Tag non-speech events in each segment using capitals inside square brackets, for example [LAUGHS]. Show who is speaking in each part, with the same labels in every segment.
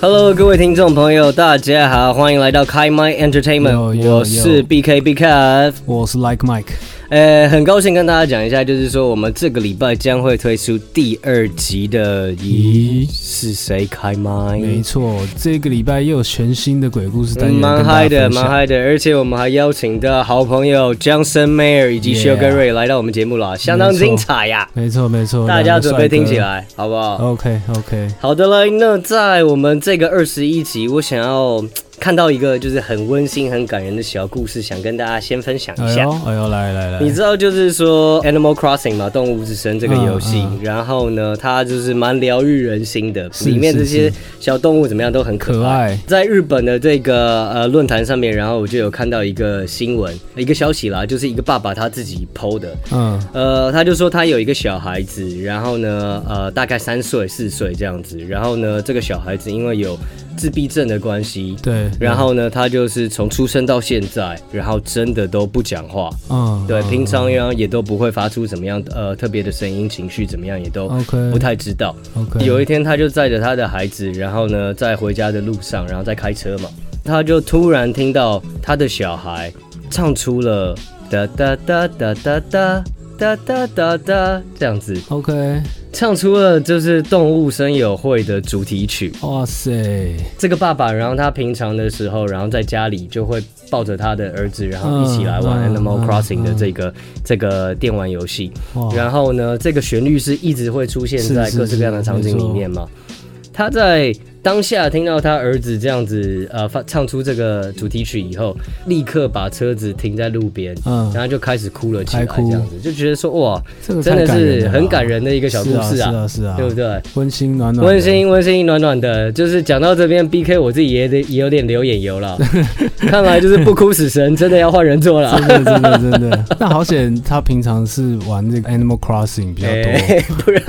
Speaker 1: Hello，各位听众朋友，大家好，欢迎来到开麦
Speaker 2: Yo,
Speaker 1: Entertainment，
Speaker 2: yo,
Speaker 1: 我是
Speaker 2: yo
Speaker 1: BK BKF。
Speaker 2: 我是 Like Mike，
Speaker 1: 呃，很高兴跟大家讲一下，就是说我们这个礼拜将会推出第二集的《咦
Speaker 2: 咦
Speaker 1: 是谁开麦》，
Speaker 2: 没错，这个礼拜又有全新的鬼故事单
Speaker 1: 嗯
Speaker 2: 元，
Speaker 1: 蛮嗨的，蛮
Speaker 2: 嘛，
Speaker 1: 嗨的，而且我们还邀请到好朋友 Johnson Mayer 以及
Speaker 2: Yeah
Speaker 1: Sugar Ray 来到我们节目了，相当精彩呀、
Speaker 2: 没错没错，
Speaker 1: 大家准备听起
Speaker 2: 两个
Speaker 1: 来，好不好？
Speaker 2: 帅哥。OK 哦 OK，
Speaker 1: 好的嘞，那在我们这个二十一集，我想要嘖看到一个就是很温馨、很感人的小故事，想跟大家先分享
Speaker 2: 哎
Speaker 1: 一下。
Speaker 2: 呦哎呦，来来来，
Speaker 1: 你知道，就是说《Animal Crossing》嘛，《动物之声》这个游戏，
Speaker 2: 嗯
Speaker 1: 然后呢，它就是蛮疗愈人心的，
Speaker 2: 是
Speaker 1: 里面这些
Speaker 2: 是
Speaker 1: 小动物怎么样都很可爱。
Speaker 2: 可爱
Speaker 1: 在日本的这个呃论坛上面，然后我就有看到一个新闻，一个消息啦，就是一个爸爸他自己 PO 的，
Speaker 2: 嗯，
Speaker 1: 呃，他就说他有一个小孩子，然后呢，呃，大概三岁、四岁这样子。然后呢，这个小孩子因为有自闭症的关系，
Speaker 2: 对，
Speaker 1: 然后呢，他就是从出生到现在，然后真的都不讲话，
Speaker 2: 嗯，
Speaker 1: 对，
Speaker 2: 嗯
Speaker 1: 平常然也都不会发出什么样的呃特别的声音，情绪怎么样也都
Speaker 2: OK
Speaker 1: 不太知道。
Speaker 2: OK，
Speaker 1: 有一天，他就载着他的孩子，然后呢，在回家的路上，然后在开车嘛，他就突然听到他的小孩唱出了哒哒哒哒哒哒哒哒哒哒这样子，
Speaker 2: OK，
Speaker 1: 唱出了就是动物声友会的主题曲。
Speaker 2: 哇塞，
Speaker 1: 这个爸爸，然后他平常的时候，然后在家里就会抱着他的儿子，然后一起来玩
Speaker 2: 嗯嗯
Speaker 1: Animal
Speaker 2: 嗯
Speaker 1: Crossing 的
Speaker 2: 嗯
Speaker 1: 这个这个电玩游戏。
Speaker 2: 哇，
Speaker 1: 然后呢，这个旋律是一直会出现在
Speaker 2: 是是
Speaker 1: 各式各样的场景里面嘛。他在当下听到他儿子这样子呃发唱出这个主题曲以后，立刻把车子停在路边，
Speaker 2: 嗯
Speaker 1: 然后就开始哭了起来，
Speaker 2: 开哭
Speaker 1: 这样子就觉得说哇，
Speaker 2: 这个
Speaker 1: 真的
Speaker 2: 太人
Speaker 1: 是
Speaker 2: 了吧啊
Speaker 1: 很感人的一个小故事
Speaker 2: 是
Speaker 1: 啊，
Speaker 2: 啊是啊
Speaker 1: 对不
Speaker 2: 是啊，
Speaker 1: 对？
Speaker 2: 温馨暖暖，
Speaker 1: 温，馨温馨暖暖的，就是讲到这边，B K 我自己也得也有点流眼油
Speaker 2: [LAUGHS]
Speaker 1: 了，看来就是不哭死神，真的要换人做了。啊
Speaker 2: 真的真的真的，但好险他平常是玩这个 Animal Crossing 比较多。
Speaker 1: 哎不然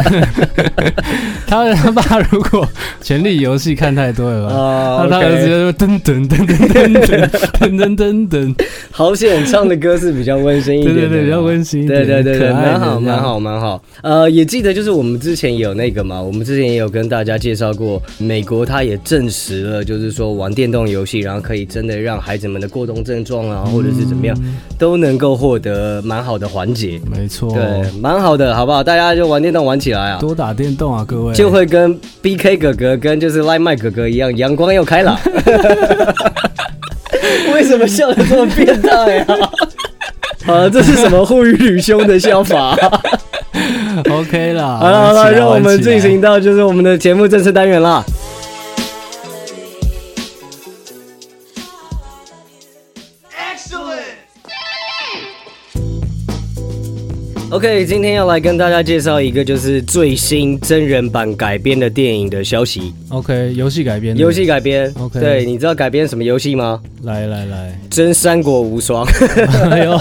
Speaker 2: 他他爸如果权力游戏看太多了吧？
Speaker 1: 啊
Speaker 2: 那，
Speaker 1: OK
Speaker 2: 他儿子就噔噔噔噔噔噔噔噔噔噔，
Speaker 1: 好险唱的歌是比较温馨一
Speaker 2: 对
Speaker 1: 点的
Speaker 2: [LAUGHS] 对
Speaker 1: 嘛，
Speaker 2: 对，比较温馨一点，
Speaker 1: 对对对对，
Speaker 2: 可爱
Speaker 1: 蛮
Speaker 2: 的
Speaker 1: 好
Speaker 2: 这
Speaker 1: 蛮
Speaker 2: 样。
Speaker 1: 好蛮好。呃，也记得就是我们之前有那个嘛，我们之前也有跟大家介绍过，美国它也证实了，就是说玩电动游戏，然后可以真的让孩子们的过动症状
Speaker 2: 嗯
Speaker 1: 啊，或者是怎么样，都能够获得蛮好的缓解。
Speaker 2: 没错，
Speaker 1: 对，蛮好的，好不好？大家就玩电动玩起来啊，
Speaker 2: 多打电动啊，各位。
Speaker 1: 就会跟 B K 哥哥跟就是赖麦哥哥一样，阳光又开朗。 [LAUGHS] 为什么笑的这么变态 [LAUGHS] 啊？啊，这是什么护与女兄的笑法？
Speaker 2: OK 啦。
Speaker 1: 好了好
Speaker 2: 玩
Speaker 1: 了，
Speaker 2: 起来
Speaker 1: 让我们
Speaker 2: 玩起来
Speaker 1: 进行到就是我们的节目正式单元啦。OK，今天要来跟大家介绍一个就是最新真人版改编的电影的消息，
Speaker 2: OK 游戏改编的
Speaker 1: 游戏改编。
Speaker 2: OK
Speaker 1: 对，你知道改编什么游戏吗？
Speaker 2: 来来来， [LAUGHS]
Speaker 1: 真三国无双。 [LAUGHS]
Speaker 2: 哎呦，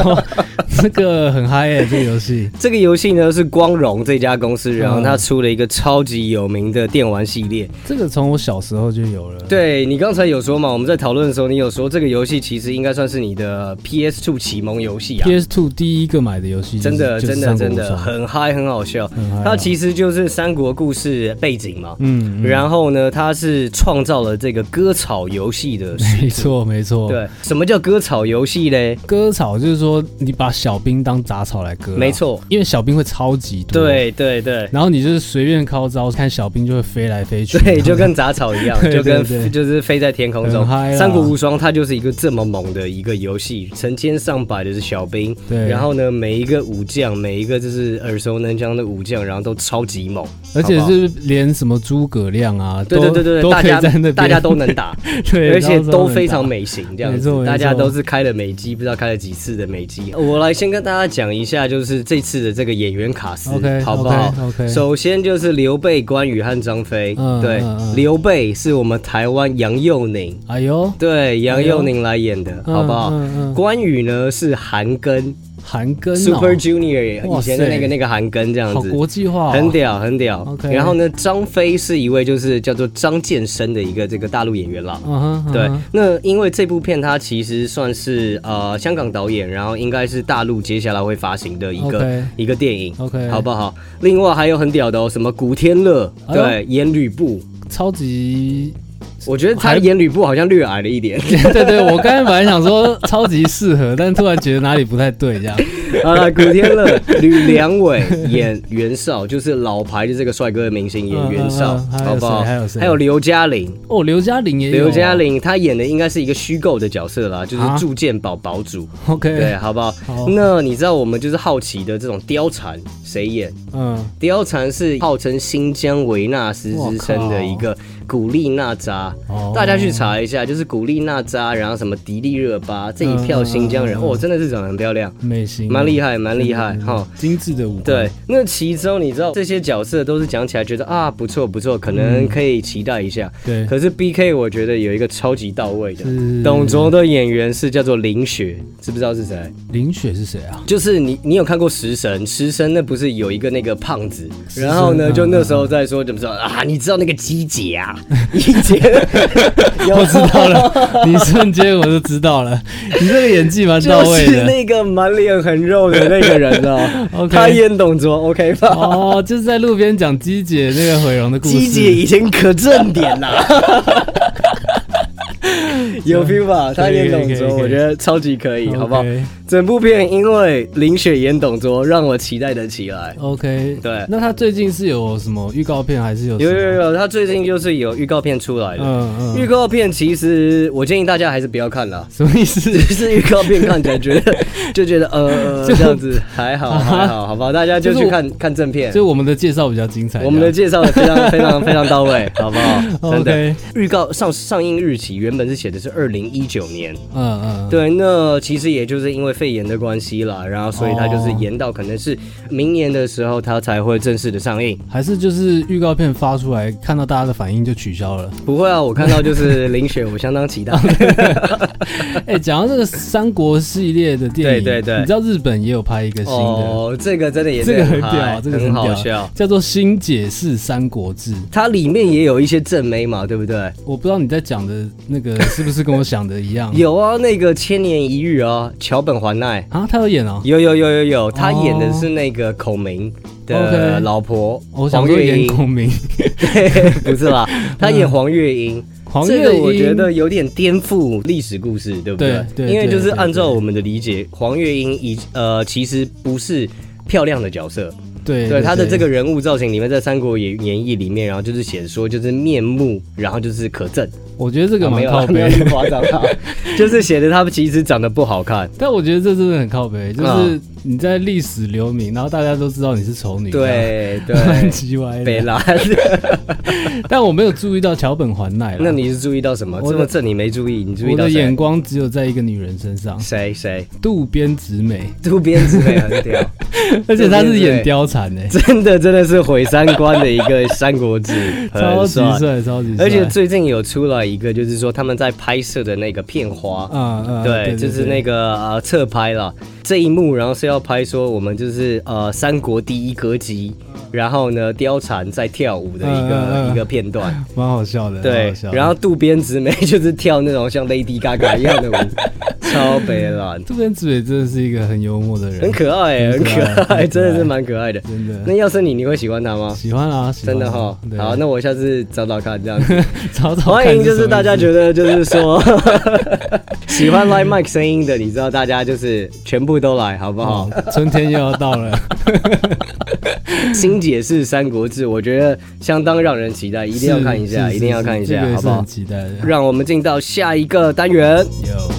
Speaker 2: 这个很嗨耶，这个游戏
Speaker 1: 这个游戏呢是光荣这家公司，然后它出了一个超级有名的电玩系列。
Speaker 2: 这个从我小时候就有了。
Speaker 1: 对你刚才有说嘛，我们在讨论的时候，你有说这个游戏其实应该算是你的呃 PS2 启蒙游戏啊。
Speaker 2: ，PS Two 第一个买的游戏就
Speaker 1: 真
Speaker 2: 是
Speaker 1: 的，
Speaker 2: 就是
Speaker 1: 真的，
Speaker 2: 三国
Speaker 1: 真
Speaker 2: 无
Speaker 1: 的
Speaker 2: 双
Speaker 1: 很嗨，很好笑。
Speaker 2: 很嗨啊
Speaker 1: 它其实就是三国故事背景嘛，[LAUGHS]
Speaker 2: 嗯，嗯
Speaker 1: 然后呢，它是创造了这个割草游戏的始
Speaker 2: 没
Speaker 1: 祖。
Speaker 2: 错没错，。
Speaker 1: 对，什么叫割草游戏嘞？
Speaker 2: 割草就是说你把小兵当杂草来割、啊
Speaker 1: 没，错，
Speaker 2: 因为小兵会超级多，，
Speaker 1: 对对
Speaker 2: [LAUGHS]
Speaker 1: 对
Speaker 2: 然后你就是随便靠招，看小兵就会飞来飞去，
Speaker 1: 对，就跟杂草一样，
Speaker 2: 啊对
Speaker 1: 就跟
Speaker 2: 对对
Speaker 1: 就是飞在天空中
Speaker 2: 很嗨。啦啊
Speaker 1: 三国无双它就是一个这么猛的一个游戏，成千上百的是小兵，
Speaker 2: [LAUGHS] 对，
Speaker 1: 然后呢，每一个武将，每一个就是耳熟能详的武将，然后都超级猛，
Speaker 2: 而且
Speaker 1: 好不好
Speaker 2: 是连什么诸葛亮啊，
Speaker 1: 对对对对对，
Speaker 2: 都都
Speaker 1: 大
Speaker 2: 可以
Speaker 1: 家
Speaker 2: 在那边，
Speaker 1: 大家都能打，
Speaker 2: [LAUGHS] 对，
Speaker 1: 而且
Speaker 2: 然后
Speaker 1: 都
Speaker 2: 能
Speaker 1: 非常
Speaker 2: 打，
Speaker 1: 美型，这样
Speaker 2: 没错
Speaker 1: 子，
Speaker 2: 没错
Speaker 1: 大家都是开了美肌，不知道开了几次的美肌。我来先跟大家讲一下，就是这次的这个演员卡司
Speaker 2: OK，
Speaker 1: 好不好
Speaker 2: OK，OK
Speaker 1: 首先就是刘备、关羽和张飞，
Speaker 2: 嗯
Speaker 1: 对
Speaker 2: 嗯，嗯
Speaker 1: 刘备是我们台湾杨佑宁，
Speaker 2: 哎呦，
Speaker 1: 对，杨佑宁来演的，
Speaker 2: 嗯
Speaker 1: 好不好？
Speaker 2: 嗯嗯
Speaker 1: 关羽呢是韩庚
Speaker 2: 韩庚、哦、
Speaker 1: ，Super Junior
Speaker 2: 哇
Speaker 1: 以前的那个
Speaker 2: 塞
Speaker 1: 那个韩庚这样
Speaker 2: 好
Speaker 1: 子，
Speaker 2: 国际化、哦，
Speaker 1: 很屌，很屌。
Speaker 2: OK
Speaker 1: 然后呢，张飞是一位就是叫做张建生的一个这个大陆演员啦。
Speaker 2: 嗯哼，嗯哼
Speaker 1: 对，那因为这部片它其实算是呃香港导演，然后应该是大陆接下来会发行的一个
Speaker 2: OK
Speaker 1: 一个电影
Speaker 2: OK
Speaker 1: 好不好？另外还有很屌的哦，什么古天乐，
Speaker 2: 哎呦
Speaker 1: 对，演吕布，
Speaker 2: 超级
Speaker 1: 我觉得他
Speaker 2: 还
Speaker 1: 演吕布好像略矮了一点。 [LAUGHS]
Speaker 2: 对对，我刚才本来想说超级适合，但突然觉得哪里不太对，这样。
Speaker 1: 好啊了，古天乐、吕良伟演袁绍，就是老牌的这个帅哥的明星演袁绍，
Speaker 2: 嗯嗯嗯还有
Speaker 1: 好不好？
Speaker 2: 谁还有谁
Speaker 1: 刘嘉玲，
Speaker 2: 哦，刘嘉玲也有
Speaker 1: 刘嘉玲她演的应该是一个虚构的角色啦，就是
Speaker 2: 啊
Speaker 1: 铸剑堡堡主，对，啊
Speaker 2: ，OK，
Speaker 1: 好不好？
Speaker 2: 好
Speaker 1: 那你知道我们就是好奇的这种貂蝉谁演？
Speaker 2: 嗯，
Speaker 1: 貂蝉是号称新疆维纳斯之称的一个古力娜扎
Speaker 2: 哦，
Speaker 1: 大家去查一下，就是古力娜扎，然后什么迪丽热巴这一票新疆人，
Speaker 2: 嗯嗯嗯嗯
Speaker 1: 哦，真的是长得很漂亮，
Speaker 2: 美型，
Speaker 1: 蛮厉害，蛮厉害，哈。
Speaker 2: 嗯精致的舞，
Speaker 1: 对，，那其中你知道这些角色都是讲起来觉得啊不错不错，可
Speaker 2: 嗯
Speaker 1: 能可以期待一下。
Speaker 2: 对
Speaker 1: 可是 B K 我觉得有一个超级到位的，
Speaker 2: 是
Speaker 1: 董卓的演员是叫做林雪，知不知道是谁？
Speaker 2: 林雪是谁啊？
Speaker 1: 就是你，你有看过《食神》？《食神》那不是有一个那个胖子，
Speaker 2: 神
Speaker 1: 然后呢，
Speaker 2: 嗯
Speaker 1: 就那时候在说怎么说啊？你知道那个鸡姐
Speaker 2: [LAUGHS]
Speaker 1: 啊？以前有
Speaker 2: 我知道了，你瞬间我就知道了，你这个演技蛮到
Speaker 1: 就
Speaker 2: 位
Speaker 1: 是
Speaker 2: 的。
Speaker 1: 那个满脸很肉的那个人哦，
Speaker 2: [LAUGHS] OK
Speaker 1: 他演董卓，OK 吧？
Speaker 2: 哦，就是在路边讲鸡姐那个毁容的故事。
Speaker 1: 鸡姐以前可正点
Speaker 2: [LAUGHS]
Speaker 1: 啦，有 feel 吧？他演董
Speaker 2: 可以可以可
Speaker 1: 卓，
Speaker 2: 以
Speaker 1: 我觉得超级可以，好不好
Speaker 2: OK？
Speaker 1: 整部片因为林雪演董卓，让我期待的起
Speaker 2: 哦
Speaker 1: 来。
Speaker 2: OK，
Speaker 1: 对
Speaker 2: 那他最近是有什么预告片，还是有什
Speaker 1: 有
Speaker 2: 么？
Speaker 1: 有有，他最近就是有预告片出来了。
Speaker 2: 嗯
Speaker 1: 预
Speaker 2: 嗯，
Speaker 1: 告片其实我建议大家还是不要看
Speaker 2: [LAUGHS]
Speaker 1: 了。
Speaker 2: 什么意思？
Speaker 1: 就是预告片看起来觉得就觉得呃
Speaker 2: [LAUGHS] 就
Speaker 1: 这样子还
Speaker 2: [LAUGHS]
Speaker 1: 好还好，好吧，大家就
Speaker 2: 就是
Speaker 1: 去
Speaker 2: 我
Speaker 1: 看看正片
Speaker 2: 所以。我们的介绍比较精彩。
Speaker 1: 我们的介绍得非常非常非常到位，好不
Speaker 2: [LAUGHS]
Speaker 1: 好？真的
Speaker 2: OK，
Speaker 1: 预告上上映日期原本是写的是二零一九年，
Speaker 2: 嗯嗯，嗯，
Speaker 1: 对，那其实也就是因为肺炎的关系啦，然后所以它就是
Speaker 2: 哦
Speaker 1: 延到可能是明年的时候它才会正式的上映。
Speaker 2: 还是就是预告片发出来，看到大家的反应就取消了。
Speaker 1: 不会啊，我看到就是林雪，我相当期待。
Speaker 2: 哎，讲到这个三国系列的电影，
Speaker 1: 对对对
Speaker 2: 你知道日本也有拍一个新的，
Speaker 1: [LAUGHS] 哦，这个真的也是
Speaker 2: 这个很
Speaker 1: 嗨
Speaker 2: 屌，啊这个
Speaker 1: 很好
Speaker 2: 屌
Speaker 1: 笑，。
Speaker 2: 叫做《新解释三国志》。
Speaker 1: 它里面也有一些正妹嘛，对不对？
Speaker 2: 我不知道你在讲的那个是不是跟我想的一样？
Speaker 1: 有啊，那个千年一遇啊，桥本环奈，
Speaker 2: 啊，他有演哦。
Speaker 1: 有有有有有，她
Speaker 2: 哦
Speaker 1: 演的是那个孔明
Speaker 2: OK
Speaker 1: 的老 [LAUGHS] 婆
Speaker 2: 我想
Speaker 1: 黄
Speaker 2: 说
Speaker 1: 月
Speaker 2: 演
Speaker 1: 英，[LAUGHS]
Speaker 2: 孔明，
Speaker 1: 对，不是啦，她演黄月英。
Speaker 2: 黄
Speaker 1: 这
Speaker 2: 月
Speaker 1: 个
Speaker 2: 英，
Speaker 1: 我觉得有点颠覆历史故事，对不对？
Speaker 2: 对对
Speaker 1: 因为就是
Speaker 2: 对对
Speaker 1: 按照我们的理解，黄月英以呃其实不是漂亮的角色，
Speaker 2: 对
Speaker 1: 对她的这个人物造型里面，在《三国演演义》里面，然后就是写说就是面目，然后就是可憎，
Speaker 2: 我觉得这个
Speaker 1: 啊没
Speaker 2: 蛮
Speaker 1: 有
Speaker 2: 靠
Speaker 1: 啦没有
Speaker 2: 背
Speaker 1: 那，么夸张
Speaker 2: [LAUGHS]
Speaker 1: 啊，就是写的他们其实长得不好看。
Speaker 2: 但我觉得这真的很靠背，
Speaker 1: 嗯
Speaker 2: 就是你在历史留名，然后大家都知道你是丑女，啊
Speaker 1: 对
Speaker 2: 这 [LAUGHS] 样，很
Speaker 1: 对，
Speaker 2: 鸡歪
Speaker 1: 北
Speaker 2: 的。
Speaker 1: 兰，
Speaker 2: 但我没有注意到桥本环奈啦
Speaker 1: [LAUGHS] 那你是注意到什么？
Speaker 2: 我的
Speaker 1: 这么正你没注意，你注意
Speaker 2: 我
Speaker 1: 到
Speaker 2: 的眼
Speaker 1: 谁？
Speaker 2: 光只有在一个女人身上，
Speaker 1: 谁谁？ [LAUGHS]
Speaker 2: 渡边直美，
Speaker 1: 渡边直美很屌，
Speaker 2: 而且她是演貂蝉呢，
Speaker 1: [LAUGHS]
Speaker 2: 欸
Speaker 1: 真的真的是毁三观的一个三国
Speaker 2: [LAUGHS]
Speaker 1: 志，
Speaker 2: 超
Speaker 1: 很
Speaker 2: 级
Speaker 1: 帅。
Speaker 2: 帅，超级帅，
Speaker 1: 而且最近有出来一个，就是说他们在拍摄的那个片花，
Speaker 2: 嗯嗯，
Speaker 1: 对，就是那
Speaker 2: 个
Speaker 1: 个呃侧拍啦，这一幕，然后是要拍说我们就是呃三国第一歌姬，然后呢貂蝉在跳舞的一个、
Speaker 2: 嗯嗯嗯
Speaker 1: 一个片段，
Speaker 2: 蛮好笑的，蛮
Speaker 1: 对
Speaker 2: 好笑，的
Speaker 1: 然后渡边直美就是跳那种像 Lady Gaga 一样
Speaker 2: [LAUGHS]
Speaker 1: 的舞，超北蓝，
Speaker 2: 渡边直美真的是一个很幽默的
Speaker 1: 很
Speaker 2: 人，
Speaker 1: 可爱、欸，很
Speaker 2: 很可爱
Speaker 1: 可爱，
Speaker 2: 很可
Speaker 1: 真的是
Speaker 2: 爱
Speaker 1: 蛮可爱的。
Speaker 2: 真
Speaker 1: 那
Speaker 2: 的
Speaker 1: 要是你，你会喜欢他吗？
Speaker 2: 喜欢啊，喜欢
Speaker 1: 真的
Speaker 2: 啊
Speaker 1: 哈，
Speaker 2: 对
Speaker 1: 好，那我下次找找看，这样
Speaker 2: [LAUGHS]
Speaker 1: 子。
Speaker 2: 找找
Speaker 1: 欢
Speaker 2: 看
Speaker 1: 迎，就是
Speaker 2: 什么
Speaker 1: 大家
Speaker 2: 意思
Speaker 1: 觉得就是
Speaker 2: [LAUGHS]
Speaker 1: 说喜欢 Live Mike 声音的，你知道大家就是全部都来，好不好？
Speaker 2: 哦，春天又要到了。
Speaker 1: 新解释《三国志》，我觉得相当让人期 [LAUGHS] 待，一定要看一下，
Speaker 2: 是是
Speaker 1: 一定要看一
Speaker 2: 是
Speaker 1: 下
Speaker 2: 这个，也
Speaker 1: 好
Speaker 2: 是
Speaker 1: 不好
Speaker 2: 很？期待的。
Speaker 1: 让我们进到下一个单元。
Speaker 2: 有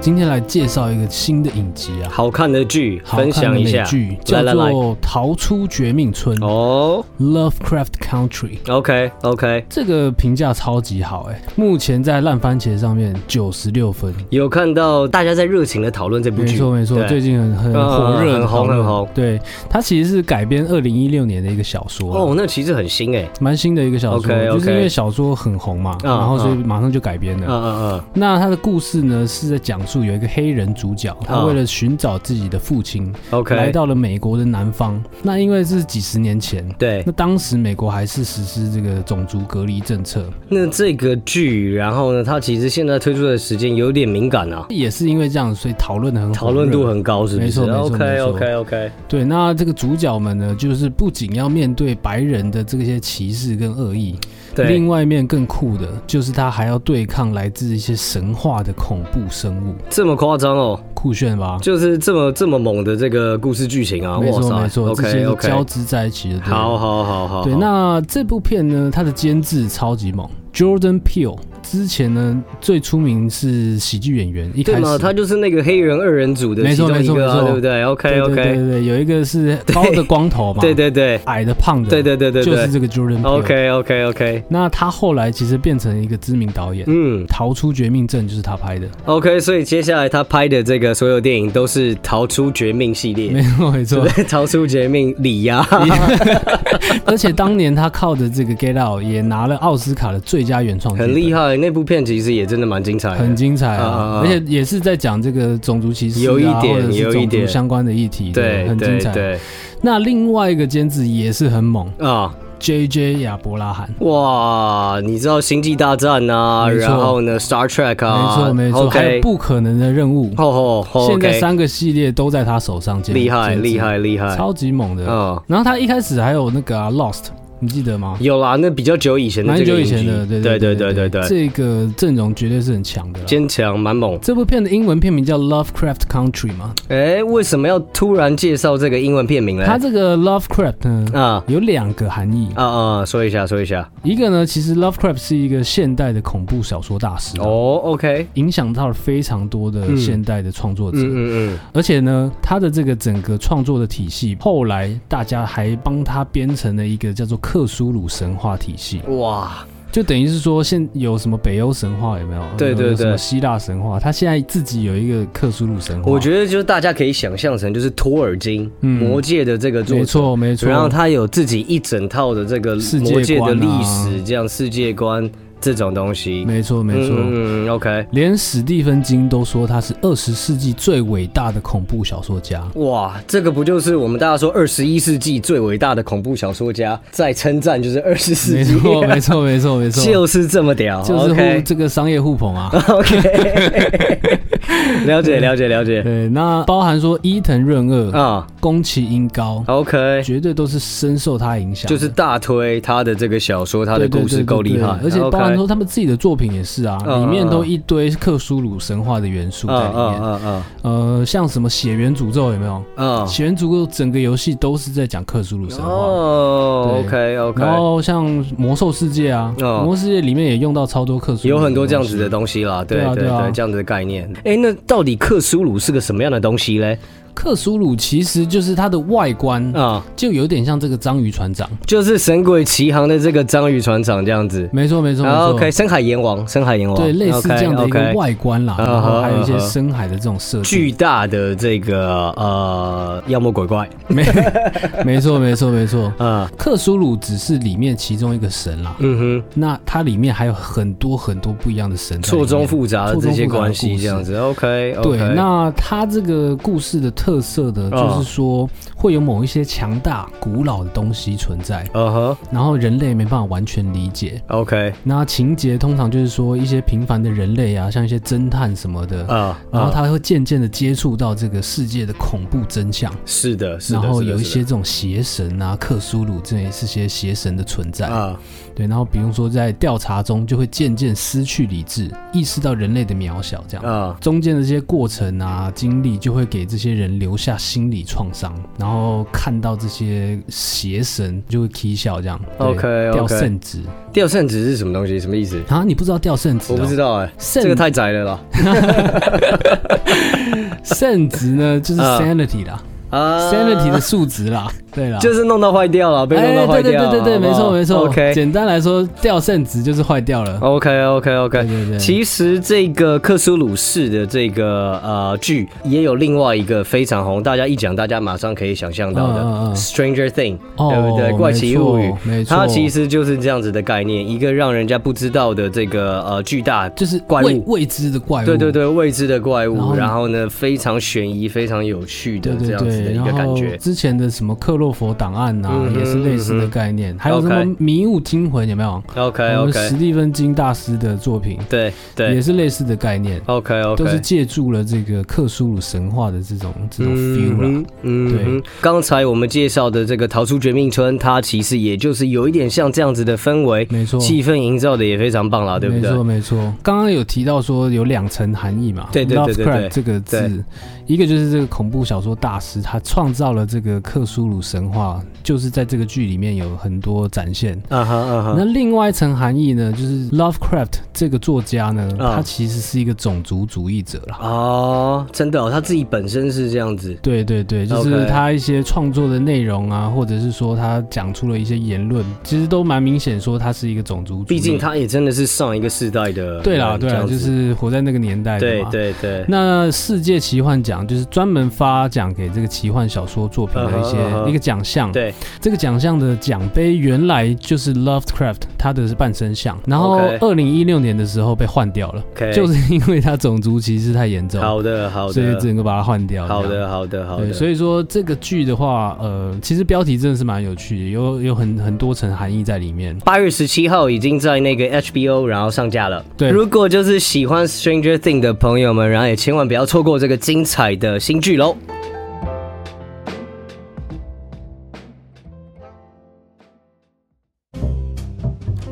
Speaker 2: 今天来介绍一个新的影集啊，
Speaker 1: 好看的剧，
Speaker 2: 好看
Speaker 1: 分
Speaker 2: 的
Speaker 1: 享一下
Speaker 2: 美剧，
Speaker 1: 来来
Speaker 2: 叫
Speaker 1: 来，
Speaker 2: 做《逃出绝命村》
Speaker 1: 哦
Speaker 2: （Lovecraft
Speaker 1: 嗯
Speaker 2: Country）。
Speaker 1: ，OK OK，
Speaker 2: 这个评价超级好哎、目前在烂番茄上面九十六分，
Speaker 1: 有看到大家在热情的讨论这部
Speaker 2: 没
Speaker 1: 剧，
Speaker 2: 错没
Speaker 1: 嗯
Speaker 2: 错，
Speaker 1: 对
Speaker 2: 最近很很
Speaker 1: 嗯
Speaker 2: 火热的
Speaker 1: 很红
Speaker 2: 讨论
Speaker 1: 很红
Speaker 2: 对，它其实是改编二零一六年的一个小说啊
Speaker 1: 哦，那其实很新哎，
Speaker 2: 蛮新的一个小说
Speaker 1: OK，OK
Speaker 2: 就是因为小说很红嘛，
Speaker 1: 嗯
Speaker 2: 然后所以马上就改编了。
Speaker 1: 嗯嗯
Speaker 2: 那它的故事呢是在讲述有一个黑人主角，他
Speaker 1: 啊
Speaker 2: 为了寻找自己的父亲，
Speaker 1: OK，
Speaker 2: 来到了美国的南方。那因为这是几十年前，
Speaker 1: 对
Speaker 2: 那，当时美国还是实施这个种族隔离政策，
Speaker 1: 那这个剧，然后呢，它其实现在推出的时间有点敏感啊，
Speaker 2: 也是因为这样，所以讨论的很火
Speaker 1: 讨论度
Speaker 2: 热
Speaker 1: 很高，是不
Speaker 2: 没
Speaker 1: 是
Speaker 2: 错没错
Speaker 1: ？OK
Speaker 2: 没错
Speaker 1: OK OK，
Speaker 2: 对。那这个主角们呢，就是不仅要面对白人的这些歧视跟恶意，另
Speaker 1: 对，
Speaker 2: 外一面更酷的就是他还要对抗来自一些神话的恐怖生物，
Speaker 1: 这么夸张哦，
Speaker 2: 酷炫吧？
Speaker 1: 就是这么这么猛的这个故事剧情啊，
Speaker 2: 没
Speaker 1: 哇
Speaker 2: 错
Speaker 1: 塞
Speaker 2: 没错，这
Speaker 1: ，OK
Speaker 2: 些都交
Speaker 1: OK，
Speaker 2: 织在一起的。对
Speaker 1: 好好好好，
Speaker 2: 对，
Speaker 1: 好
Speaker 2: 那这部片呢，它的监制超级猛，Jordan Peele。之前呢，最出名是喜剧演员，一开
Speaker 1: 对
Speaker 2: 始
Speaker 1: 嘛，他就是那个黑人二人组的
Speaker 2: 没
Speaker 1: 其
Speaker 2: 错
Speaker 1: 中一个
Speaker 2: 没错没
Speaker 1: 啊，
Speaker 2: 错
Speaker 1: 对不对？OK
Speaker 2: 对对对
Speaker 1: OK，
Speaker 2: 对对，有一个是高的光头嘛，
Speaker 1: 对对对
Speaker 2: 矮的胖的，
Speaker 1: 对对对对
Speaker 2: 就是
Speaker 1: 对
Speaker 2: 这个 Jordan Peele。
Speaker 1: ，OK OK OK，
Speaker 2: 那他后来其实变成一个知名导演，
Speaker 1: 嗯
Speaker 2: 逃出绝命镇》就是他拍的，
Speaker 1: ，OK，所以接下来他拍的这个所有电影都是《逃出绝命》系列，
Speaker 2: 没错没错。
Speaker 1: 对，《逃出绝命》李呀，
Speaker 2: [LAUGHS] 而且当年他靠着这个《Get Out》也拿了奥斯卡的最佳原创，
Speaker 1: 很厉，害，那部片其实也真的蛮精彩
Speaker 2: 很
Speaker 1: 的。
Speaker 2: 精彩
Speaker 1: 啊啊
Speaker 2: 啊！
Speaker 1: 啊
Speaker 2: 而且也是在讲这个种族歧视、啊，
Speaker 1: 有一点
Speaker 2: 或者是
Speaker 1: 有一
Speaker 2: 种
Speaker 1: 点
Speaker 2: 族相关的议题，
Speaker 1: 对
Speaker 2: 很精
Speaker 1: 对
Speaker 2: 彩。
Speaker 1: 对
Speaker 2: 那另外一个监制也是很猛
Speaker 1: 啊！
Speaker 2: ，J.J. 亚伯拉罕。
Speaker 1: 哇，你知道《星际大战》呐，
Speaker 2: 没错
Speaker 1: 然后呢，《Star Trek》
Speaker 2: 没
Speaker 1: 啊，
Speaker 2: 错没错，还有
Speaker 1: OK，
Speaker 2: 不可能的任务，
Speaker 1: 吼吼吼
Speaker 2: 现在
Speaker 1: ，OK，
Speaker 2: 三个系列都在他手上监，
Speaker 1: 厉害厉害厉
Speaker 2: 监制，
Speaker 1: 害，
Speaker 2: 超级猛的。
Speaker 1: 嗯，
Speaker 2: 然后他一开始还有那个啊 Lost，你记得吗？
Speaker 1: 有啦，那比较久以前的
Speaker 2: 蛮
Speaker 1: 这
Speaker 2: 久
Speaker 1: 个
Speaker 2: 以
Speaker 1: 影集，
Speaker 2: 前的，对
Speaker 1: 对
Speaker 2: 对
Speaker 1: 对
Speaker 2: 对
Speaker 1: 对，
Speaker 2: 这个阵容绝对是很强的啦。
Speaker 1: 坚强蛮猛。
Speaker 2: 这部片的英文片名叫《Lovecraft Country》嘛，
Speaker 1: 哎，为什么要突然介绍这个英文片名嘞？
Speaker 2: 它这个 Lovecraft 呢
Speaker 1: 啊
Speaker 2: 有两个含义，
Speaker 1: 啊啊，说一下说一下。
Speaker 2: 一个呢其实 Lovecraft 是一个现代的恐怖小说大师，啊
Speaker 1: 哦，OK，
Speaker 2: 影响到了非常多的
Speaker 1: 嗯
Speaker 2: 现代的创作者，
Speaker 1: 嗯嗯
Speaker 2: 而且呢他的这个整个创作的体系，后来大家还帮他编成了一个叫做克苏鲁神话体系，
Speaker 1: 嗯，哇，
Speaker 2: 就等于是说现有什么北欧神话有没有？
Speaker 1: 对对
Speaker 2: 有什
Speaker 1: 对
Speaker 2: 么希腊神话，他现在自己有一个克苏鲁神话，
Speaker 1: 我觉得就是大家可以想象成就是托尔金《
Speaker 2: 嗯
Speaker 1: 魔戒》的这个作
Speaker 2: 没
Speaker 1: 者。
Speaker 2: 错没错，
Speaker 1: 然后他有自己一整套的这个
Speaker 2: 世界
Speaker 1: 魔界的
Speaker 2: 观啊
Speaker 1: 历史，这样世界观这种东西，
Speaker 2: 没错没错。
Speaker 1: 嗯嗯嗯，OK，
Speaker 2: 连史蒂芬金都说他是二十世纪最伟大的恐怖小说家。
Speaker 1: 哇，这个不就是我们大家说二十一世纪最伟大的恐怖小说家，在称赞就是二十世
Speaker 2: 没
Speaker 1: 纪，
Speaker 2: 错，
Speaker 1: [LAUGHS]
Speaker 2: 没错，没错，没错，
Speaker 1: 就是这么屌，
Speaker 2: 就是互
Speaker 1: OK
Speaker 2: 这个商业互
Speaker 1: [LAUGHS]
Speaker 2: 捧啊。
Speaker 1: OK，了解了解了解
Speaker 2: 对，那包含说伊藤润二、
Speaker 1: 啊
Speaker 2: 宫崎英高，
Speaker 1: ，OK，
Speaker 2: 绝对都是深受他影响的，
Speaker 1: 就是大推他的这个小说，他的
Speaker 2: 对对
Speaker 1: 故事
Speaker 2: 对对
Speaker 1: 够厉
Speaker 2: 对
Speaker 1: 害，
Speaker 2: 而且包含
Speaker 1: OK
Speaker 2: 说他们自己的作品也是啊，
Speaker 1: 嗯
Speaker 2: 里面都
Speaker 1: 嗯
Speaker 2: 一堆克苏鲁神话的元素在里面。
Speaker 1: 嗯嗯
Speaker 2: 呃，像什么血缘诅咒有没有？
Speaker 1: 嗯
Speaker 2: 血缘诅咒整个游戏都是在讲克苏鲁神
Speaker 1: 嗯，
Speaker 2: 话。
Speaker 1: 哦，OK
Speaker 2: 对
Speaker 1: OK，
Speaker 2: 然后像魔兽世界啊，
Speaker 1: 哦
Speaker 2: 魔兽世界里面也用到超多克苏鲁，
Speaker 1: 有很多这样子的。东西啦，对
Speaker 2: 对啊
Speaker 1: 对
Speaker 2: 对啊
Speaker 1: 对，这样子的概念。哎，那到底克苏鲁是个什么样的东西嘞？
Speaker 2: 克苏鲁其实就是它的外观，
Speaker 1: 啊，
Speaker 2: 就有点像这个章鱼船长。
Speaker 1: 就是《神鬼奇航》的这个章鱼船长这样子。
Speaker 2: 没错，没错，没
Speaker 1: 然后
Speaker 2: 错。
Speaker 1: OK，深海阎王，深海阎王，
Speaker 2: 对，类似这样的一个
Speaker 1: OK，OK
Speaker 2: 外观啦，
Speaker 1: 嗯
Speaker 2: 然后还有一
Speaker 1: 嗯
Speaker 2: 些
Speaker 1: 嗯
Speaker 2: 深海的这种设
Speaker 1: 巨
Speaker 2: 计。
Speaker 1: 大的这个呃妖魔鬼怪，
Speaker 2: 没，没错，没错，没错。
Speaker 1: 啊，
Speaker 2: 克苏鲁只是里面其中一个神啦，
Speaker 1: 嗯哼，
Speaker 2: 那它里面还有很多很多不一样的神在里
Speaker 1: 错
Speaker 2: 面
Speaker 1: 综复杂的这些关系这样子，OK，
Speaker 2: 对，那它这个故事的特色呢，
Speaker 1: 嗯
Speaker 2: 就是说会有某一些强大古老的东西存在，
Speaker 1: 嗯哼
Speaker 2: 然后人类没办法完全理解。
Speaker 1: ，OK，
Speaker 2: 那情节通常就是说一些平凡的人类啊，像一些侦探什么的，
Speaker 1: 啊，
Speaker 2: 然后
Speaker 1: 啊
Speaker 2: 他会渐渐的接触到这个世界的恐怖真相，
Speaker 1: 是的，是的，
Speaker 2: 然后
Speaker 1: 是的
Speaker 2: 有一
Speaker 1: 是
Speaker 2: 些
Speaker 1: 的
Speaker 2: 这种邪神啊、克苏鲁这这些邪神的存在，
Speaker 1: 啊，
Speaker 2: 对，然后比如说在调查中就会渐渐失去理智，意识到人类的渺小，这样。
Speaker 1: 啊
Speaker 2: 中间的这些过程啊、经历，就会给这些人留下心理创伤，然后看到这些邪神就会啼笑这样。对
Speaker 1: OK，OK
Speaker 2: 掉圣旨
Speaker 1: 掉圣旨是什么东西？什么意思？
Speaker 2: 啊？你不知道掉圣旨、
Speaker 1: 我
Speaker 2: 哦？
Speaker 1: 不知道哎，
Speaker 2: 圣
Speaker 1: 这个太窄了啦，
Speaker 2: 圣旨呢，就是
Speaker 1: 啊
Speaker 2: sanity 啦、
Speaker 1: 啊
Speaker 2: s a n i t y 的数值啦，对啦，
Speaker 1: 就是弄到坏掉了，被弄到坏
Speaker 2: 对对
Speaker 1: 掉
Speaker 2: 对
Speaker 1: 了，
Speaker 2: 啊哎对对，没错没错。
Speaker 1: OK
Speaker 2: 简单来说，掉圣子就是坏掉了。
Speaker 1: OK OK OK，
Speaker 2: [LAUGHS] 对对对
Speaker 1: 其实这个克苏鲁式的这个呃剧也有另外一个非常红，大家一讲大家马上可以想象到的《
Speaker 2: 嗯嗯嗯
Speaker 1: Stranger Thing、
Speaker 2: 哦
Speaker 1: 对不对？怪奇物语，
Speaker 2: 没错没错
Speaker 1: 它其实就是这样子的概念，一个让人家不知道的这个呃巨大，
Speaker 2: 就是
Speaker 1: 怪
Speaker 2: 未
Speaker 1: 物
Speaker 2: 未知的怪物，
Speaker 1: 对对对未知的怪物，
Speaker 2: 然
Speaker 1: 然
Speaker 2: 后
Speaker 1: 后呢非常悬疑、非常有趣的
Speaker 2: 对
Speaker 1: 这
Speaker 2: 对
Speaker 1: 样子的
Speaker 2: 对，
Speaker 1: 一
Speaker 2: 然
Speaker 1: 个感
Speaker 2: 后
Speaker 1: 觉。
Speaker 2: 之前的什么克洛佛档案啊，
Speaker 1: 嗯哼
Speaker 2: 也是类似的
Speaker 1: 嗯哼
Speaker 2: 概念，还有什么
Speaker 1: OK
Speaker 2: 迷雾惊魂有没有？
Speaker 1: OK
Speaker 2: 我们史
Speaker 1: OK，
Speaker 2: 蒂芬金大师的作品
Speaker 1: 对
Speaker 2: 也
Speaker 1: 对
Speaker 2: 是类似的概念，
Speaker 1: ，OK
Speaker 2: 都是
Speaker 1: OK。
Speaker 2: 借助了这个克苏鲁神话的这种这种 feel 啦。
Speaker 1: 嗯哼嗯哼，刚才我们介绍的这个《逃出绝命村》，它其实也就是有一点像这样子的氛围，
Speaker 2: 没错
Speaker 1: 气氛营造的也非常棒啊啦，对不
Speaker 2: 没
Speaker 1: 对？
Speaker 2: 错没错，刚刚有提到说有两层含义嘛，
Speaker 1: 对对对对
Speaker 2: Lovecraft
Speaker 1: 对
Speaker 2: 这个字
Speaker 1: 对，
Speaker 2: 一个就是这个恐怖小说大师，他创造了这个克苏鲁神话，就是在这个剧里面有很多展现。
Speaker 1: 啊哈啊哈，
Speaker 2: 那另外一层含义呢，就是 Lovecraft 这个作家呢，
Speaker 1: 啊
Speaker 2: 他其实是一个种族主义者啦。
Speaker 1: 哦，真的、哦，他自己本身是这样子，
Speaker 2: 对对对，就是
Speaker 1: OK
Speaker 2: 他一些创作的内容啊，或者是说他讲出了一些言论，其实都蛮明显说他是一个种族主义。
Speaker 1: 毕竟他也真的是上一个世代的人，
Speaker 2: 对啦对
Speaker 1: 这
Speaker 2: 啦，
Speaker 1: 样子
Speaker 2: 就是活在那个年代的
Speaker 1: 对
Speaker 2: 嘛。
Speaker 1: 对对，
Speaker 2: 那世界奇幻奖就是专门发奖给这个奇幻小说作品的一些
Speaker 1: 嗯哼嗯哼
Speaker 2: 一个奖项。，
Speaker 1: 对
Speaker 2: 这个奖项的奖杯原来就是 Lovecraft 他的是半身像，然后
Speaker 1: OK
Speaker 2: 二零一六年的时候被换掉了，
Speaker 1: ，OK，
Speaker 2: 就是因为他种族歧视太严重，
Speaker 1: 好的好
Speaker 2: 所以
Speaker 1: 的，
Speaker 2: 只能够把它换掉。
Speaker 1: 好
Speaker 2: 这样。
Speaker 1: 的好的好
Speaker 2: 对，
Speaker 1: 的，
Speaker 2: 所
Speaker 1: 以
Speaker 2: 以说这个剧的话，呃，其实标题真的是蛮有趣的，有有很很多层含义在里面。
Speaker 1: 八月十七号已经在那个 HBO 然后上架了。
Speaker 2: 对
Speaker 1: 如果就是喜欢 Stranger Thing 的朋友们，然后也千万不要错过这个精彩的新剧喽。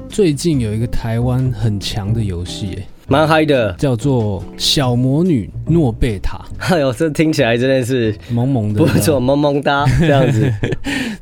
Speaker 2: 最近有一个台湾很强的游戏，哎
Speaker 1: 蛮嗨的， [LAUGHS]
Speaker 2: 叫做《小魔女诺贝塔》。
Speaker 1: 哎呦，这听起来真的是
Speaker 2: 萌萌的，
Speaker 1: 不错，。萌萌哒这样
Speaker 2: [LAUGHS]
Speaker 1: 子。
Speaker 2: 啊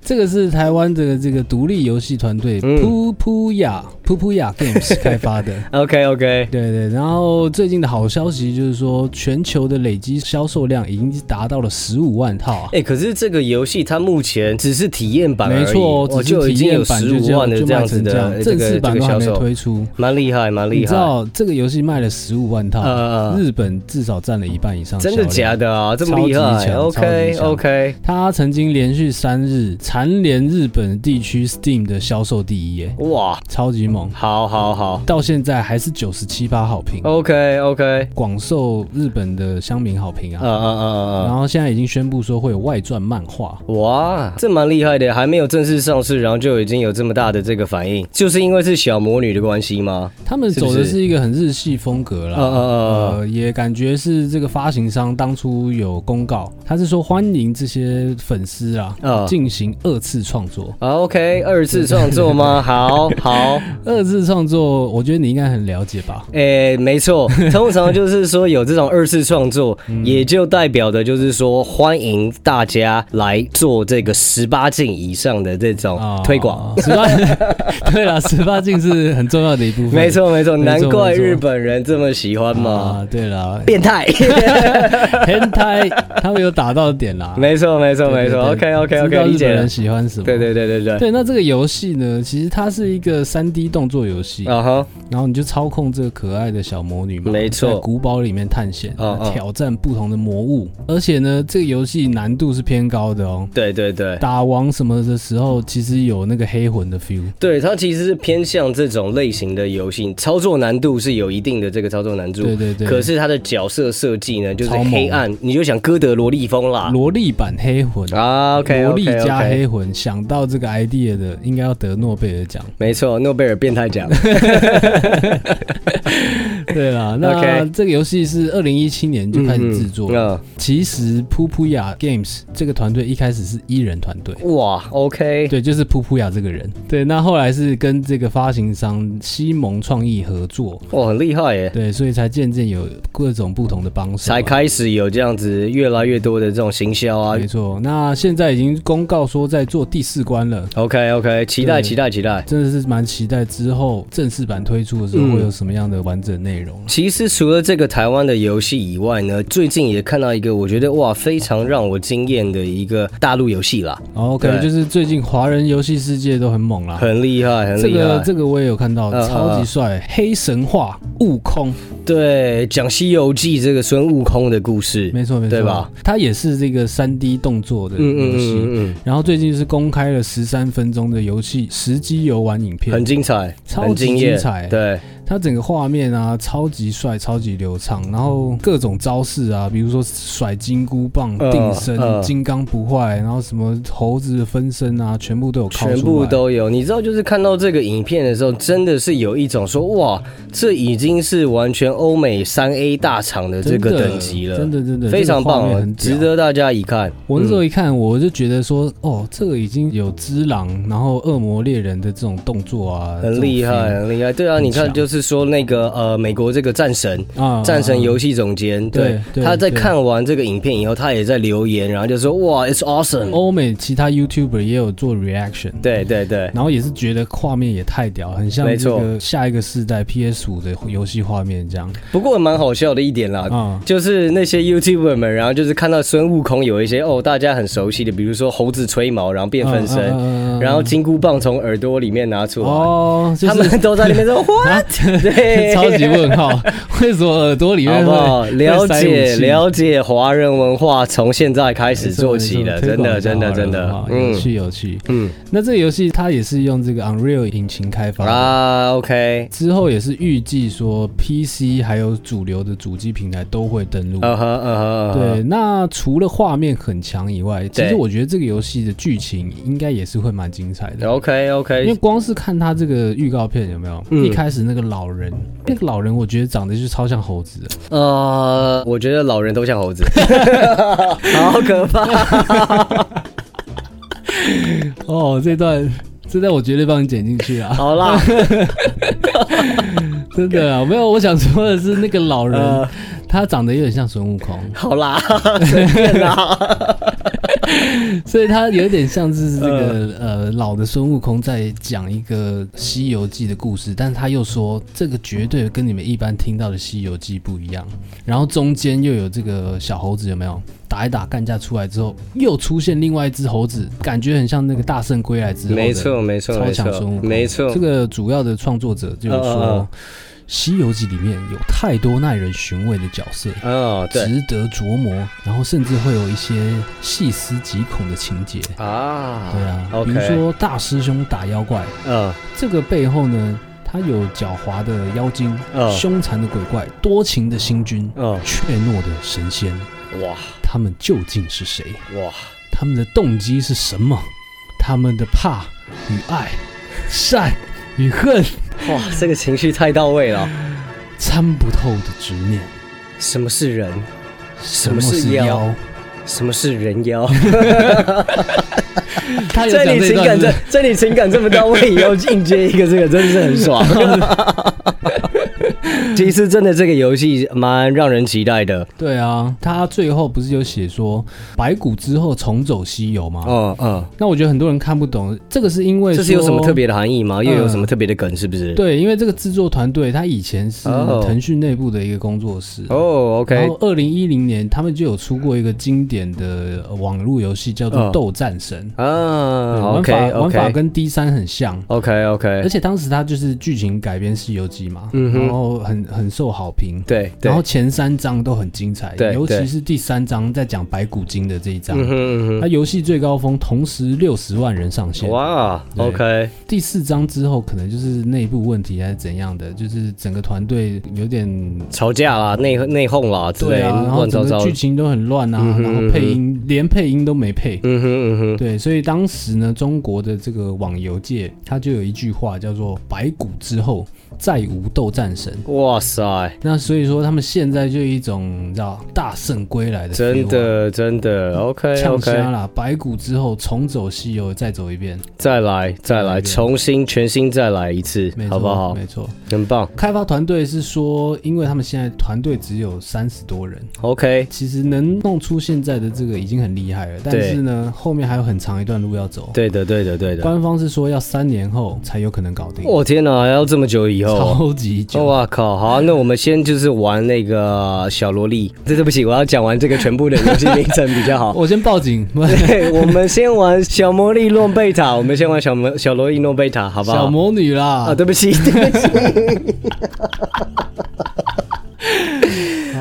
Speaker 2: 这个是台湾的这个独立游戏团队
Speaker 1: 嗯
Speaker 2: 噗噗呀噗噗呀
Speaker 1: [LAUGHS]
Speaker 2: Games 开发的。
Speaker 1: OK OK，
Speaker 2: 对对，然后最近的好消息就是说，全球的累积销售量已经达到了十五万套啊。
Speaker 1: 哎、可是这个游戏它目前只是体验版而已，
Speaker 2: 没错，
Speaker 1: 我
Speaker 2: 只是
Speaker 1: 就已
Speaker 2: 体
Speaker 1: 经有
Speaker 2: 验版
Speaker 1: 十
Speaker 2: 就
Speaker 1: 五万
Speaker 2: 这样
Speaker 1: 的
Speaker 2: 就
Speaker 1: 这
Speaker 2: 卖
Speaker 1: 样子
Speaker 2: 成这样
Speaker 1: 的，这
Speaker 2: 正式
Speaker 1: 个这
Speaker 2: 版
Speaker 1: 个
Speaker 2: 都还
Speaker 1: 销
Speaker 2: 没
Speaker 1: 售，
Speaker 2: 推出。
Speaker 1: 蛮厉害，蛮
Speaker 2: 你
Speaker 1: 厉
Speaker 2: 知
Speaker 1: 害。
Speaker 2: 道这个游戏卖了十五万套，
Speaker 1: 呃
Speaker 2: 日本至少占了一半以上。
Speaker 1: 真的假？的啊？这么厉
Speaker 2: 超级
Speaker 1: 害
Speaker 2: 强超级
Speaker 1: ？OK
Speaker 2: 强
Speaker 1: OK，
Speaker 2: 它曾经连续三日蝉联日本地区 Steam 的销售第一耶，
Speaker 1: 哇，
Speaker 2: 超级猛！
Speaker 1: 好好好
Speaker 2: 到现在还是九十七趴好评，
Speaker 1: ，OK OK，
Speaker 2: 广受日本的乡民好评
Speaker 1: 嗯
Speaker 2: 啊。
Speaker 1: 嗯嗯
Speaker 2: 然
Speaker 1: 嗯
Speaker 2: 后现在已经宣布说会有外传漫画，
Speaker 1: 嗯，哇，这蛮厉害的，还没有正式上市，然后就已经有这么大的这个反应，就是因为是小魔女的关系吗？
Speaker 2: 他们走的是一个很日系风格啦。
Speaker 1: 嗯嗯嗯嗯
Speaker 2: 呃，也感觉是这个发行商当初有公告，他是说欢迎这些粉丝啊
Speaker 1: 嗯
Speaker 2: 进行二次创作。
Speaker 1: 啊，OK，二次创作
Speaker 2: [LAUGHS]
Speaker 1: 吗？好好，
Speaker 2: 二次创作，我觉得你应该很了解吧？
Speaker 1: 诶、没错，通常就是说有这种二次创
Speaker 2: [LAUGHS]
Speaker 1: 作，
Speaker 2: 嗯
Speaker 1: 也就代表的就是说欢迎大家来做这个十八禁以上的这种哦推广。
Speaker 2: 啊，十八， [LAUGHS] 对了，十八禁是很重要的一部分。
Speaker 1: 没错没错，
Speaker 2: 没错
Speaker 1: 难怪
Speaker 2: 没错
Speaker 1: 日本人这么喜欢嘛，
Speaker 2: 啊，对了
Speaker 1: 变态。 [LAUGHS]
Speaker 2: ，hentai 他们有打到点啦。
Speaker 1: 没错没错没错，OK OK
Speaker 2: 知
Speaker 1: OK，
Speaker 2: 道
Speaker 1: 理
Speaker 2: 日
Speaker 1: 解
Speaker 2: 本
Speaker 1: 了
Speaker 2: 人。喜欢什么？
Speaker 1: 对对对对对，
Speaker 2: 对。那这个游戏呢，其实它是一个三 D 动作游戏，
Speaker 1: 啊哈，
Speaker 2: 然后你就操控这个可爱的小魔女嘛，
Speaker 1: 没错
Speaker 2: 在古堡里面探险，
Speaker 1: 嗯嗯
Speaker 2: 挑战不同的魔物，而且呢，这个游戏难度是偏高的哦。
Speaker 1: 对对对。
Speaker 2: 打王什么的时候，其实有那个黑魂的 feel。
Speaker 1: 对，它其实是偏向这种类型的游戏，操作难度是有一定的这个操作难度。
Speaker 2: 对对对
Speaker 1: 可是它的角色设计呢，就是
Speaker 2: 超猛
Speaker 1: 黑暗，你就想哥德萝莉风啦。
Speaker 2: 萝莉版黑魂，
Speaker 1: 啊，OK，
Speaker 2: 萝莉加黑魂，想到这个 idea 的，应该要得诺贝尔
Speaker 1: [LAUGHS]
Speaker 2: 奖。
Speaker 1: 没错，诺贝尔变态奖。
Speaker 2: 对啦，那
Speaker 1: OK
Speaker 2: 这个游戏是二零一七年 [LAUGHS] 就开始制作了，
Speaker 1: 嗯
Speaker 2: 其实噗噗雅 Games 这个团队一开始是一人团队，
Speaker 1: 嗯哇，OK，
Speaker 2: 对，就是噗噗雅这个人。对，那后来是跟这个发行商西蒙创意合作，
Speaker 1: 哇，很厉厉害耶！
Speaker 2: 对，所以才渐渐有各种不同的帮手啊、
Speaker 1: 才开始有这样子越来越多的这种行销啊
Speaker 2: 没。错，那现在已经公告说在做第四关了，
Speaker 1: OK OK，期待
Speaker 2: 对
Speaker 1: 期待期待。
Speaker 2: 真的是蛮期待之后正式版推出的时候
Speaker 1: 嗯
Speaker 2: 会有什么样的完整内容。
Speaker 1: 其实除了这个台湾的游戏以外呢，最近也看到一个我觉得哇非常让我惊艳的一个大陆游戏啦，
Speaker 2: OK，
Speaker 1: 对
Speaker 2: 就是最近华人游戏世界都很猛啦。
Speaker 1: 很厉害很
Speaker 2: 啊这
Speaker 1: 厉害。
Speaker 2: 个这个我也有看到，
Speaker 1: 嗯嗯
Speaker 2: 超级帅！黑神话悟空，
Speaker 1: 对，讲《西游记》这个孙悟空的故事，
Speaker 2: 没错没错，
Speaker 1: 对吧？
Speaker 2: 它也是这个三 D 动作的
Speaker 1: 嗯嗯
Speaker 2: 游戏，
Speaker 1: 嗯嗯
Speaker 2: 然后最近是公开了十三分钟的游戏实机游玩影
Speaker 1: 嗯，
Speaker 2: 片哎
Speaker 1: 很，精彩，
Speaker 2: 超级
Speaker 1: 很惊艳
Speaker 2: 精彩
Speaker 1: 对，
Speaker 2: 它整个画面啊，超级帅，超级流畅，然后各种招式啊，比如说甩金箍棒、
Speaker 1: 嗯
Speaker 2: 定身、
Speaker 1: 嗯
Speaker 2: 金刚不坏，然后什么猴子的分身啊，全部都有靠出来
Speaker 1: 全部都有。你知道，就是看到这个影片的时候，真的是有一种说哇，这已经是完全欧美三 A 大厂的这个
Speaker 2: 真的
Speaker 1: 等级了，
Speaker 2: 真的真的
Speaker 1: 非常
Speaker 2: 这个画
Speaker 1: 棒
Speaker 2: 面
Speaker 1: 哦
Speaker 2: 很，屌
Speaker 1: 值得大家一看。
Speaker 2: 我那时候
Speaker 1: 嗯
Speaker 2: 一看，我就觉得说，哦，这个已经有只狼，然后恶魔猎人的这种动作啊，这
Speaker 1: 很
Speaker 2: 种
Speaker 1: 厉害，
Speaker 2: feel
Speaker 1: 很厉害。对啊，
Speaker 2: 很
Speaker 1: 你看，
Speaker 2: 强
Speaker 1: 就是说那个呃，美国这个战神，
Speaker 2: 啊！
Speaker 1: 战神游
Speaker 2: 戏
Speaker 1: 戏总监，
Speaker 2: 对
Speaker 1: 对，
Speaker 2: 对
Speaker 1: 他在
Speaker 2: 对
Speaker 1: 看完这个影片以后，他也在留言，然后就说哇，it's awesome。
Speaker 2: 欧美其他 YouTuber 也有做 reaction，
Speaker 1: 对对对，
Speaker 2: 然后也是觉得画面也太屌，很像
Speaker 1: 没
Speaker 2: 这
Speaker 1: 错
Speaker 2: 个下一个世代 PS 五的游戏画面这样
Speaker 1: 不过蛮好笑的一点啦。
Speaker 2: 啊。
Speaker 1: 就是那些 YouTuber 们，然后就是看到孙悟空有一些哦，大家很熟悉的，比如说猴子吹毛，然后变分
Speaker 2: 啊
Speaker 1: 身，
Speaker 2: 身
Speaker 1: 然后金箍棒从耳朵里面拿出来，
Speaker 2: 哦，就
Speaker 1: 他
Speaker 2: 是
Speaker 1: 们都在里面 [LAUGHS] 说
Speaker 2: 啊
Speaker 1: what？对，[LAUGHS]
Speaker 2: [LAUGHS] 超级问号，为什么耳朵里
Speaker 1: 好
Speaker 2: 面
Speaker 1: 不好？
Speaker 2: 会
Speaker 1: 了解？
Speaker 2: 会塞武器
Speaker 1: 了解华人文化，从现在开始做起了，
Speaker 2: [LAUGHS] 没错没
Speaker 1: 真
Speaker 2: 错
Speaker 1: 的真的真
Speaker 2: 推广一下
Speaker 1: 的
Speaker 2: 好，了有
Speaker 1: 嗯
Speaker 2: 趣有趣。
Speaker 1: 嗯
Speaker 2: 那这个游戏它也是用这个 Unreal 引擎开发的
Speaker 1: 啊，OK，
Speaker 2: 之后也是预计说 PC 还有主流的主机平台都会登录。
Speaker 1: 嗯哼嗯哼，嗯哼
Speaker 2: 对，，那除了画面很强以外，其实
Speaker 1: 对
Speaker 2: 我觉得这个游戏的剧情应该也是会蛮精彩的。
Speaker 1: OK
Speaker 2: 因为
Speaker 1: OK，
Speaker 2: 光是看他这个预告片有没有，
Speaker 1: 嗯
Speaker 2: 一开始那个老人，那个老人我觉得长得就超像猴子的，
Speaker 1: 呃，我觉得老人都像
Speaker 2: [LAUGHS]
Speaker 1: 猴子，好可怕，
Speaker 2: 哦，这段 [LAUGHS] 这段我绝对帮你剪进去啊！
Speaker 1: 好啦，
Speaker 2: [LAUGHS] 真的啊，没有，我想说的是那个老人，
Speaker 1: 呃
Speaker 2: 他长得有点像孙悟空，
Speaker 1: 好啦，随便啦，
Speaker 2: 所以他有点像是这
Speaker 1: [LAUGHS]
Speaker 2: 个
Speaker 1: 嗯
Speaker 2: 呃老的孙悟空在讲一个《西游记》的故事，但是他又说这个绝对跟你们一般听到的《西游记》不一样。然后中间又有这个小猴子有没有打一打干架出来之后，又出现另外一只猴子，感觉很像那个大圣归来之后的
Speaker 1: 没错没错
Speaker 2: 超
Speaker 1: 没
Speaker 2: 强孙悟
Speaker 1: 错
Speaker 2: 空。
Speaker 1: 没错
Speaker 2: 这，个主要的创作者就是说，
Speaker 1: 嗯嗯嗯
Speaker 2: 西游记》里面有太多耐人寻味的角色。
Speaker 1: 哦对
Speaker 2: 值得琢磨，然后甚至会有一些细思极恐的情节。
Speaker 1: 啊，
Speaker 2: 对啊，比如
Speaker 1: ，OK，
Speaker 2: 说大师兄打妖怪，
Speaker 1: 嗯
Speaker 2: 这个背后呢，他有狡猾的妖精、
Speaker 1: 嗯
Speaker 2: 凶残的鬼怪、多情的星君、
Speaker 1: 嗯，
Speaker 2: 怯懦的神仙，
Speaker 1: 哇
Speaker 2: 他们究竟是谁？
Speaker 1: 哇，
Speaker 2: 他们的动机是什么？他们的怕与爱、善与恨，
Speaker 1: 哇，这个情绪太到位了。
Speaker 2: 参不透的执念。
Speaker 1: 什么是人？
Speaker 2: 什
Speaker 1: 么是
Speaker 2: 是
Speaker 1: 妖？ [LAUGHS] 什么是人妖？
Speaker 2: 他有
Speaker 1: 这
Speaker 2: 讲
Speaker 1: 里
Speaker 2: 这一
Speaker 1: 情
Speaker 2: 段
Speaker 1: 感
Speaker 2: 是
Speaker 1: 这 [LAUGHS] 这里情感这么到位，以后硬接一个这个，真的是很爽。 [LAUGHS] 其实真的这个游戏蛮让人期待的。
Speaker 2: 对啊，他最后不是有写说白骨之后重走西游吗？
Speaker 1: 嗯嗯，
Speaker 2: 那我觉得很多人看不懂，这个是因为
Speaker 1: 这是有
Speaker 2: 说
Speaker 1: 什么特？别的含义吗？
Speaker 2: 嗯
Speaker 1: 又有什么特别的梗？是不是？
Speaker 2: 对，因为这个制作团队他以前是
Speaker 1: 哦
Speaker 2: 腾讯内部的一个工作室。
Speaker 1: 哦
Speaker 2: 然
Speaker 1: ，OK，
Speaker 2: 后，二零一零年他们就有出过一个经典的呃网络游戏，叫做《
Speaker 1: 嗯
Speaker 2: 斗战神》对
Speaker 1: 啊
Speaker 2: 玩法
Speaker 1: ，OK
Speaker 2: 玩法
Speaker 1: OK
Speaker 2: 跟 D 三很像，
Speaker 1: OK
Speaker 2: 而
Speaker 1: OK，
Speaker 2: 且当时它就是剧情改编《西游记》嘛，
Speaker 1: 嗯哼
Speaker 2: 然后很很受好评，
Speaker 1: 对对
Speaker 2: 然后，前三章都很精彩，
Speaker 1: 对
Speaker 2: 尤其
Speaker 1: 对
Speaker 2: 是第三章在讲白骨精的这一章，
Speaker 1: 嗯哼嗯
Speaker 2: 它游戏最高峰同时六十万人上
Speaker 1: 哼，
Speaker 2: 线，
Speaker 1: 哇
Speaker 2: 对
Speaker 1: ，OK，
Speaker 2: 第四章之后，可能就是内部问题还是怎样的，就是整个团队有点
Speaker 1: 吵架啦，内内讧啦之类，
Speaker 2: 对啊，然后
Speaker 1: 乱糟
Speaker 2: 整
Speaker 1: 糟
Speaker 2: 个。剧情都很乱啊，
Speaker 1: 嗯哼
Speaker 2: 然后配音连配音都没配。
Speaker 1: 嗯哼嗯哼，
Speaker 2: 对，所以当时呢，中国的这个网游界，它就有一句话叫做“白骨之后再无斗战神。
Speaker 1: 哇塞，
Speaker 2: 那所以说，他们现在就有一种你知道大圣归来的 feel
Speaker 1: 真
Speaker 2: 啊
Speaker 1: 的真的，OK
Speaker 2: 呛
Speaker 1: OK，
Speaker 2: 瞎啦，白骨之后重走西游，再走一遍，
Speaker 1: 再来再来，
Speaker 2: 对对
Speaker 1: 重新全新再来一次
Speaker 2: 没，错，
Speaker 1: 好不好？
Speaker 2: 没错。
Speaker 1: 很棒
Speaker 2: 开发团队是说，因为他们现在团队只有三十多人，
Speaker 1: ，OK，
Speaker 2: 其实能弄出现在的这个已经很厉害了，但
Speaker 1: 对
Speaker 2: 是呢，后面还有很长一段路要走。
Speaker 1: 对的对的对哦的。
Speaker 2: 官方是说要三年后才有可能搞定，
Speaker 1: 我天哪，还要这么久以后啊？
Speaker 2: 超级久。
Speaker 1: 哇靠！好、那我们先就是玩那个小萝莉。对，对不起，我要讲完这个全部的游戏名称比较好。
Speaker 2: [LAUGHS] 我先报警，
Speaker 1: 对，我们先玩小魔力诺贝塔，我们先玩小魔小萝莉诺贝塔，好不
Speaker 2: 小
Speaker 1: 好？
Speaker 2: 魔女啦。
Speaker 1: 啊，对不
Speaker 2: [LAUGHS]
Speaker 1: 起，对不起。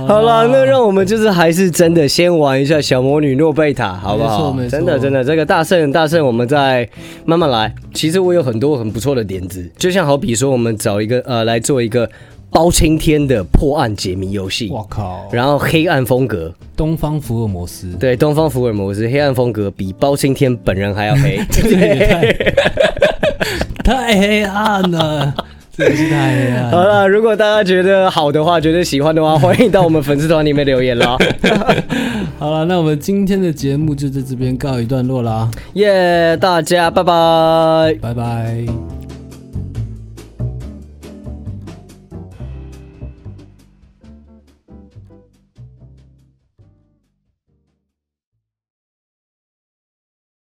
Speaker 1: 好
Speaker 2: 啊
Speaker 1: 了，那让我们就是还是真的先玩一下小魔女诺贝塔，好不好？
Speaker 2: 没错没错
Speaker 1: 真的真的，这个大圣大圣，我们再慢慢来。其实我有很多很不错的点子，就像好比说，我们找一个呃来做一个包青天的破案解谜游戏。
Speaker 2: 我靠，
Speaker 1: 然后黑暗风格，
Speaker 2: 东方福尔摩斯，
Speaker 1: 对，东方福尔摩斯黑暗风格比包青天本人还要
Speaker 2: [LAUGHS]
Speaker 1: 黑。
Speaker 2: 这个也太 [LAUGHS] 太黑暗了，真是太黑暗
Speaker 1: 好
Speaker 2: 了。
Speaker 1: 了，如果大家觉得好的话，觉得喜欢的话，欢迎到我们粉丝团里面留言啦。
Speaker 2: 好了，那我们今天的节目就在这边告一段落啦，
Speaker 1: 耶大家拜拜。
Speaker 2: 拜拜。